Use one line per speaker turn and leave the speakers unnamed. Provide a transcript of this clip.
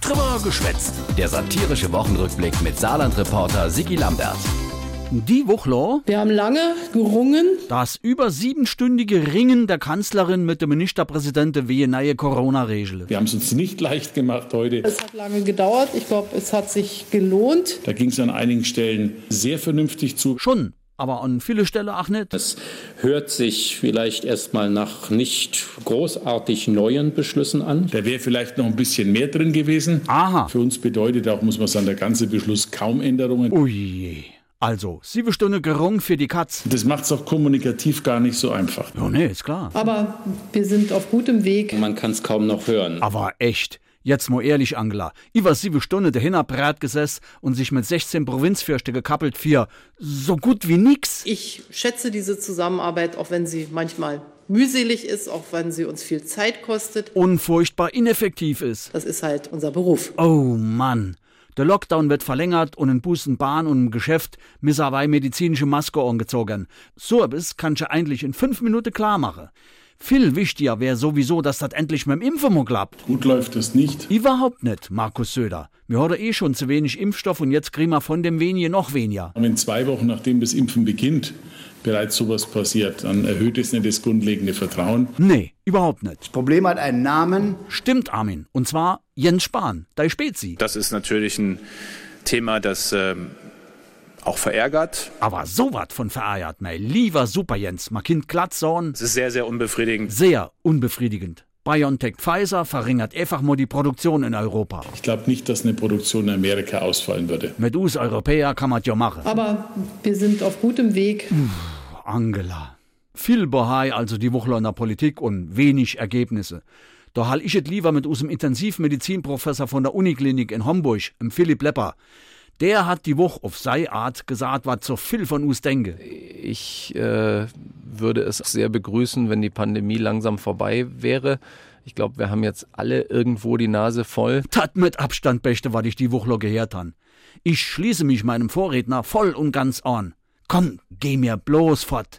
Trimmer geschwätzt. Der satirische Wochenrückblick mit Saarland-Reporter Sigi Lambert.
Die Wuchler,
Wir haben lange gerungen.
das über siebenstündige Ringen der Kanzlerin mit dem Ministerpräsidenten wegen neue Corona-Regeln.
Wir haben es uns nicht leicht gemacht heute.
Es hat lange gedauert. Ich glaube, es hat sich gelohnt.
Da ging es an einigen Stellen sehr vernünftig zu.
Schon, aber an viele Stellen auch nicht.
Es hört sich vielleicht erstmal nach nicht großartig neuen Beschlüssen an.
Da wäre vielleicht noch ein bisschen mehr drin gewesen.
Aha.
Für uns bedeutet auch, muss man sagen, der ganze Beschluss kaum Änderungen.
Ui. je. Also, sieben Stunden gerungen für die Katz.
Das macht es auch kommunikativ gar nicht so einfach.
Ja, ne, ist klar.
Aber wir sind auf gutem Weg.
Man kann es kaum noch hören.
Aber echt. Jetzt mal ehrlich, Angela. Ich war sieben Stunden dahinter breit gesessen und sich mit 16 Provinzfürsten gekappelt für so gut wie nix.
Ich schätze diese Zusammenarbeit, auch wenn sie manchmal mühselig ist, auch wenn sie uns viel Zeit kostet.
Unfurchtbar ineffektiv ist.
Das ist halt unser Beruf.
Oh Mann. Der Lockdown wird verlängert und in Bussen, Bahn und im Geschäft müssen dabei medizinische Maske angezogen. So etwas kannst du eigentlich in fünf Minuten klar machen. Viel wichtiger wäre sowieso, dass das endlich mit dem Impfen mal klappt.
Gut läuft es nicht.
Überhaupt nicht, Markus Söder. Wir hatten eh schon zu wenig Impfstoff und jetzt kriegen wir von dem wenigen noch weniger.
Wenn in zwei Wochen, nachdem das Impfen beginnt, bereits sowas passiert, dann erhöht es nicht das grundlegende Vertrauen.
Nee, überhaupt nicht.
Problem hat einen Namen.
Stimmt, Armin. Und zwar Jens Spahn. Da spät sie.
Das ist natürlich ein Thema, das ähm, auch verärgert.
Aber so wat von verärgert, mein lieber Super Jens. Mein Kind Glatzorn.
Es ist sehr, sehr unbefriedigend.
Sehr unbefriedigend. BioNTech Pfizer verringert einfach mal die Produktion in Europa.
Ich glaube nicht, dass eine Produktion in Amerika ausfallen würde.
Mit uns Europäer kann man ja machen.
Aber wir sind auf gutem Weg.
Angela. Viel Bohai, also die Woche in der Politik und wenig Ergebnisse. Da hall ich es lieber mit unserem Intensivmedizinprofessor von der Uniklinik in Homburg, dem Philipp Lepper. Der hat die Woche auf sei Art gesagt, was so viel von uns denke.
Ich äh, würde es sehr begrüßen, wenn die Pandemie langsam vorbei wäre. Ich glaube, wir haben jetzt alle irgendwo die Nase voll.
Das mit Abstand Beste, was ich die Woche gehört han. Ich schließe mich meinem Vorredner voll und ganz an. Komm, geh mir bloß fort.